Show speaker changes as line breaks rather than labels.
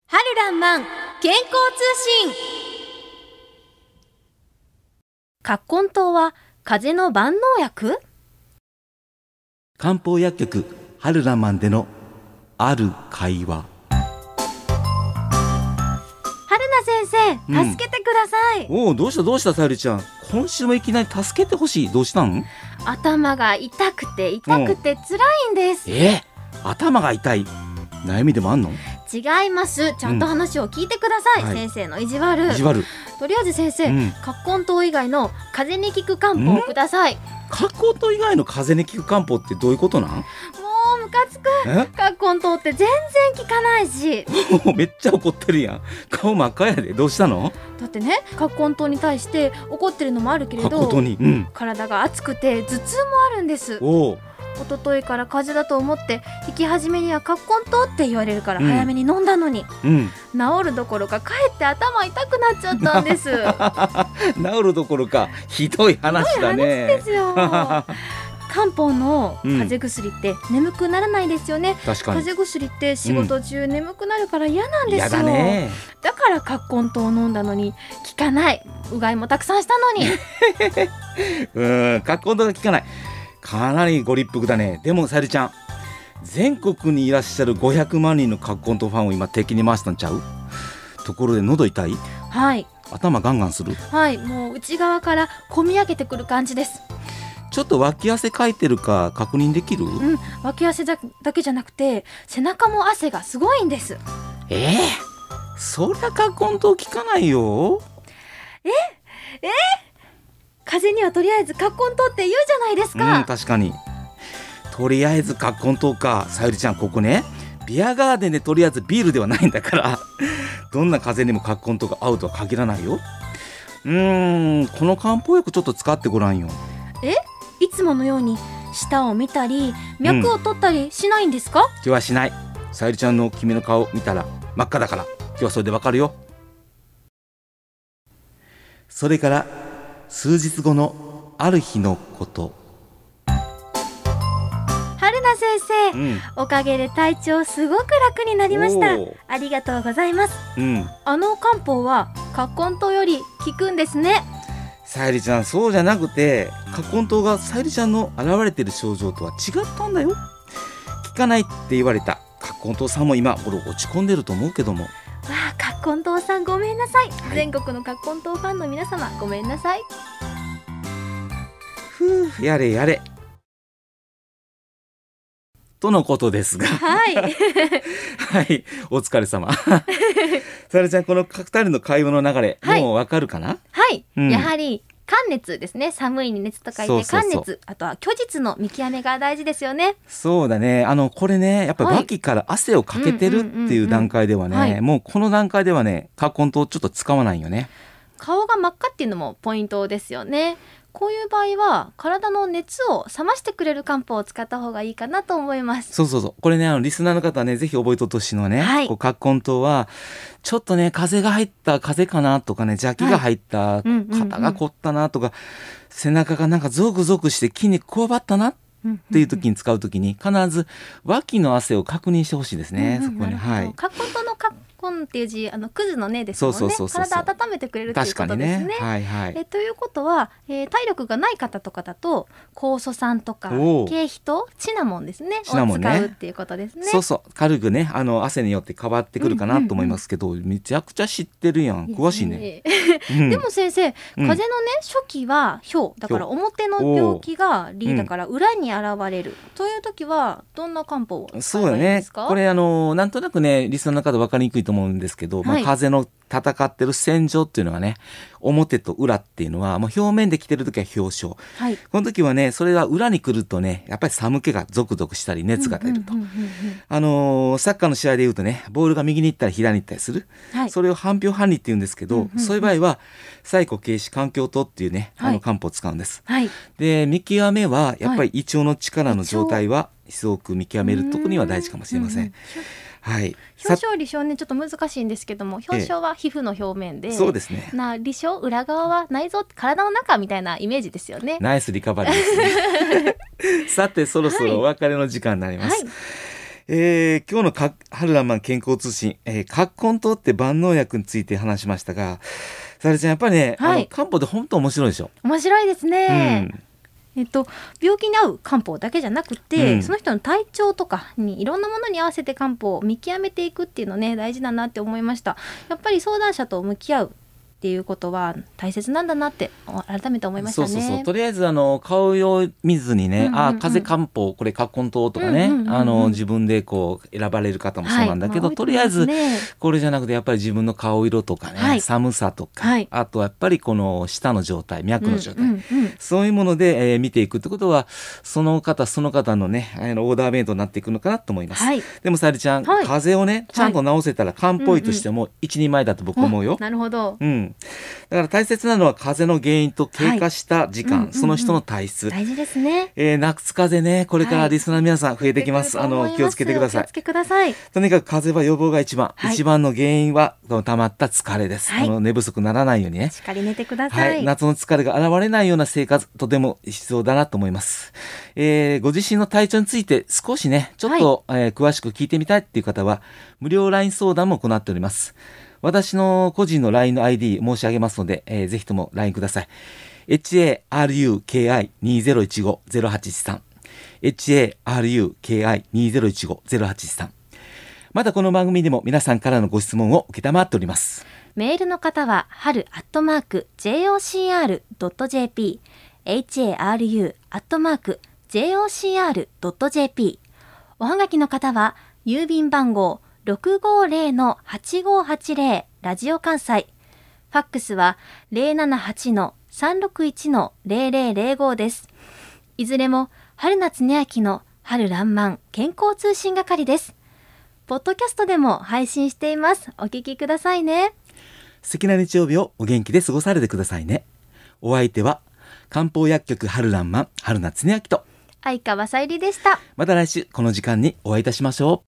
るらんまん健康通信葛根湯は風邪の万能薬
漢方薬局春ラマンでのある会話
春菜先
う
生
ん
助けてください、
おおどうしたどうしたさゆりちゃん今週もいきなり助けてほしいどうしたん
頭が痛くて痛くて辛いんです、
え頭が痛い悩みでもあんの
違いますちゃんと話を聞いてください、
はい
先生の意地悪
意地悪
とりあえず先生、
うん
葛根湯以外の風邪に効く漢方をくださいも
格好と以外の風邪に効く漢方ってどういうことなん
うムカつく
え
葛根湯って全然効かないし
めっちゃ怒ってるやん顔真っ赤やでどうしたの
だってね葛根湯に対して怒ってるのもあるけれ
格好
ど
とにうん
体が熱くて頭痛もあるんです
おお
一昨日から風邪だと思って引き始めには葛根湯って言われるから
うん
早めに飲んだのに、
うん
治るどころかかえって頭痛くなっちゃったん ですひ
治るどころかひどい
ど
話
い話
だね
です よ漢方の
うん
風邪薬って眠くならないですよね、
確か
風
に
邪薬って仕事中眠くなるから嫌なんですよ、
嫌だね
だから葛根湯を飲んだのに効かないうがいもたくさんしたのに
うん、格好とが効かない。かなりご立腹だね。でも、さゆりちゃん、全国にいらっしゃる500万人の格好とファンを今敵に回したんちゃうところで喉痛い
はい
頭ガンガンする
はいもう内側からこみ上げてくる感じです
ちょっと脇汗かいてるか確認できる
ん脇汗だだけじゃなくて背中も汗がすごいんです
ええそりゃ格好と効かないよ。
風邪にはとりあえずカッコンとって言うじゃないです
うん、
か、
確かに。とりあえず格好とか、さゆりちゃん、ここね。ビアガーデンでとりあえずビールではないんだから、 どんな風にも格好とか合うとは限らないよ。うーん、この漢方薬ちょっと使ってごらんよ。
いつものように舌を見たり脈を取ったりしないんですか、
今日はしない。さゆりちゃんの君の顔見たら真っ赤だから、今日はそれでわかるよ。それから、数日後のある日のこと。
春菜先生、
ん。
おかげで体調すごく楽になりました
おー
ありがとうございます
うん。
あの漢方は葛根湯より効くんですね
さゆりちゃんそうじゃなくて葛根湯がさゆりちゃんの現れてる症状とは違ったんだよ聞かないって言われた葛根湯さんも今俺落ち込んでると思うけども
わあ、カッコンさんごめんなさい、
い
全国のカッコンファンの皆様ごめんなさい
ふうやれやれとのことで すが
はい
はいお疲れ様 さゆりちゃんこの二人の会話の流れ、
はい
もうわかるかな
はい、
うん
やはり寒熱ですね寒いに熱と書い
そう
て
そう
寒
そう
熱あとは虚実の見極めが大事ですよね
そうだねあのこれねやっぱり
はい
脇から汗をかけてるっていう段階ではね、
うんうんうんうんはい
もうこの段階ではね葛根湯ちょっと使わないよね
顔が真っ赤っていうのもポイントですよねこういう場合は体の熱を冷ましてくれる漢方を使った方がいいかなと思います
そうそうそう。これね、あの、リスナーの方はね、ぜひ覚えておってほしいのはね、
はい
こう、葛根湯は、ちょっとね、風が入った、風かなとかね、邪気が入った、
いうんうんうん
肩が凝ったなとか、背中がなんかゾクゾクして筋肉こわばったなっ
うんうん
ていう時に使う時に、必ず脇の汗を確認してほしいですね、
うんうん
そこに。
な
は
るほど
い。
カッコンのカッコンっていう字あのクズのねですもんね
そうそうそうそうそう
体温めてくれるっていう
確
こ
か
と
に
です
ね
ね。
はいはい。
えということは、えー体力がない方とかだと酵素酸とか
おう
経皮とシナモンですね
シナモンね
を使うっていうことですね。
そうそう軽くねあの汗によって変わってくるかなと思いますけど、めちゃくちゃ知ってるやん詳しいね、
えー。
うん
でも先生、
うん
風邪のね初期は表だから表の病気がリーだから裏に現れる、という時はどんな漢方を使
そ
え
う
ば
だ
いいんで
ね
す。か？
これあのなんとなくねリスナーの方分かりにくいと思うんですけど、
はい
まあ、風の戦ってる戦場っていうのはね表と裏っていうのはもう表面で来てる時は表彰
はい。
この時はねそれが裏に来るとねやっぱり寒気がゾクゾクしたり熱が出ると。
うんうんうんうん
あのーサッカーの試合で言うとねボールが右に行ったり左に行ったりする、
うんはい。
それを反表反理って言うんですけど、
うんうんうん
そういう場合は最古軽視環境灯っていうね、あ
は
の
い
漢方を使うんです。
はい。
で見極めはやっぱ
は
り胃腸の力の状態はすごく見極めるとこには大事かもしれませ
うんう。
はい。
表彰理想ねちょっと難しいんですけども表彰は皮膚の表面で、
さそうですね。
な理想裏側は内臓体の中みたいなイメージですよね。
ナイスリカバリーですね。さてそろそ
はい
ろお別れの時間になり
は
ま
い
す。、えー今日のか春ランマン健康通信、えー、葛根湯って万能薬について話しましたが、さるちゃん、やっぱりね、
はい
あの漢方って本当面白いでしょ。
面白いですね、
うん
えっと、病気に合う漢方だけじゃなくて、
うん
その人の体調とかにいろんなものに合わせて漢方を見極めていくっていうのね大事だなって思いましたやっぱり相談者と向き合うっていうことは大切なんだなってお改めて思いました
そう
ね
そうそうとりあえずあの顔を見ずに
うん
ね、
うんうん
あ風邪漢方これ葛根糖とか
う
ね、
んうんうんうん
あの自分でこう選ばれる方もそうなんだけど、
はい
とりあえず
ま多いですね
これじゃなくてやっぱり自分の顔色とかね、
はい
寒さとか、
はい
あとやっぱりこの舌の状態脈の状態、
うんうんうん
そういうもので、えー見ていくってことはその方その方のねあのオーダーメイドになっていくのかなと思います、
はい
でもさゆりちゃん、
はい
風邪をねちゃんと治せたら漢方医としても一人前だと僕思うよ、
おなるほど
うん、だから大切なのは風邪の原因と経過した時間、
はいうんうんうん
その人の体質、
大事ですね
えー夏風邪ねこれから
はい
リスナーの皆さん増えてきます,、
出てくると
あ
思い
の気をつけてくださ
お
い
気をつけください
とにかく風邪は予防が一番、
はい
一番の原因はこの溜まった疲れです、
はい
あの寝不足にならないようにね
しっかり寝てくだ
は
さ
い、
い、
夏の疲れが現れないような生活とても必要だなと思います、えーご自身の体調について少しねちょっと、えー詳しく聞いてみたいっていう方は無料 LINE 相談も行っております私の個人の LINE の ID 申し上げますので、えーぜひとも LINE ください haruki2015-0813 haruki2015-0813またこの番組でも皆さんからのご質問を受けたまっております
メールの方は、春アットマーク、jocr.jp、haru アットマーク、jocr.jp。おはがきの方は、郵便番号650-8580、ラジオ関西。ファックスは、078-361-0005です。いずれも、春夏ねあきの春らんまん健康通信係です。ポッドキャストでも配信しています。お聞きくださいね。
素敵な日曜日をお元気で過ごされてくださいね。お相手は、漢方薬局春らんまん、春夏ねあきと、
相川さゆりでした。
また来週この時間にお会いいたしましょう。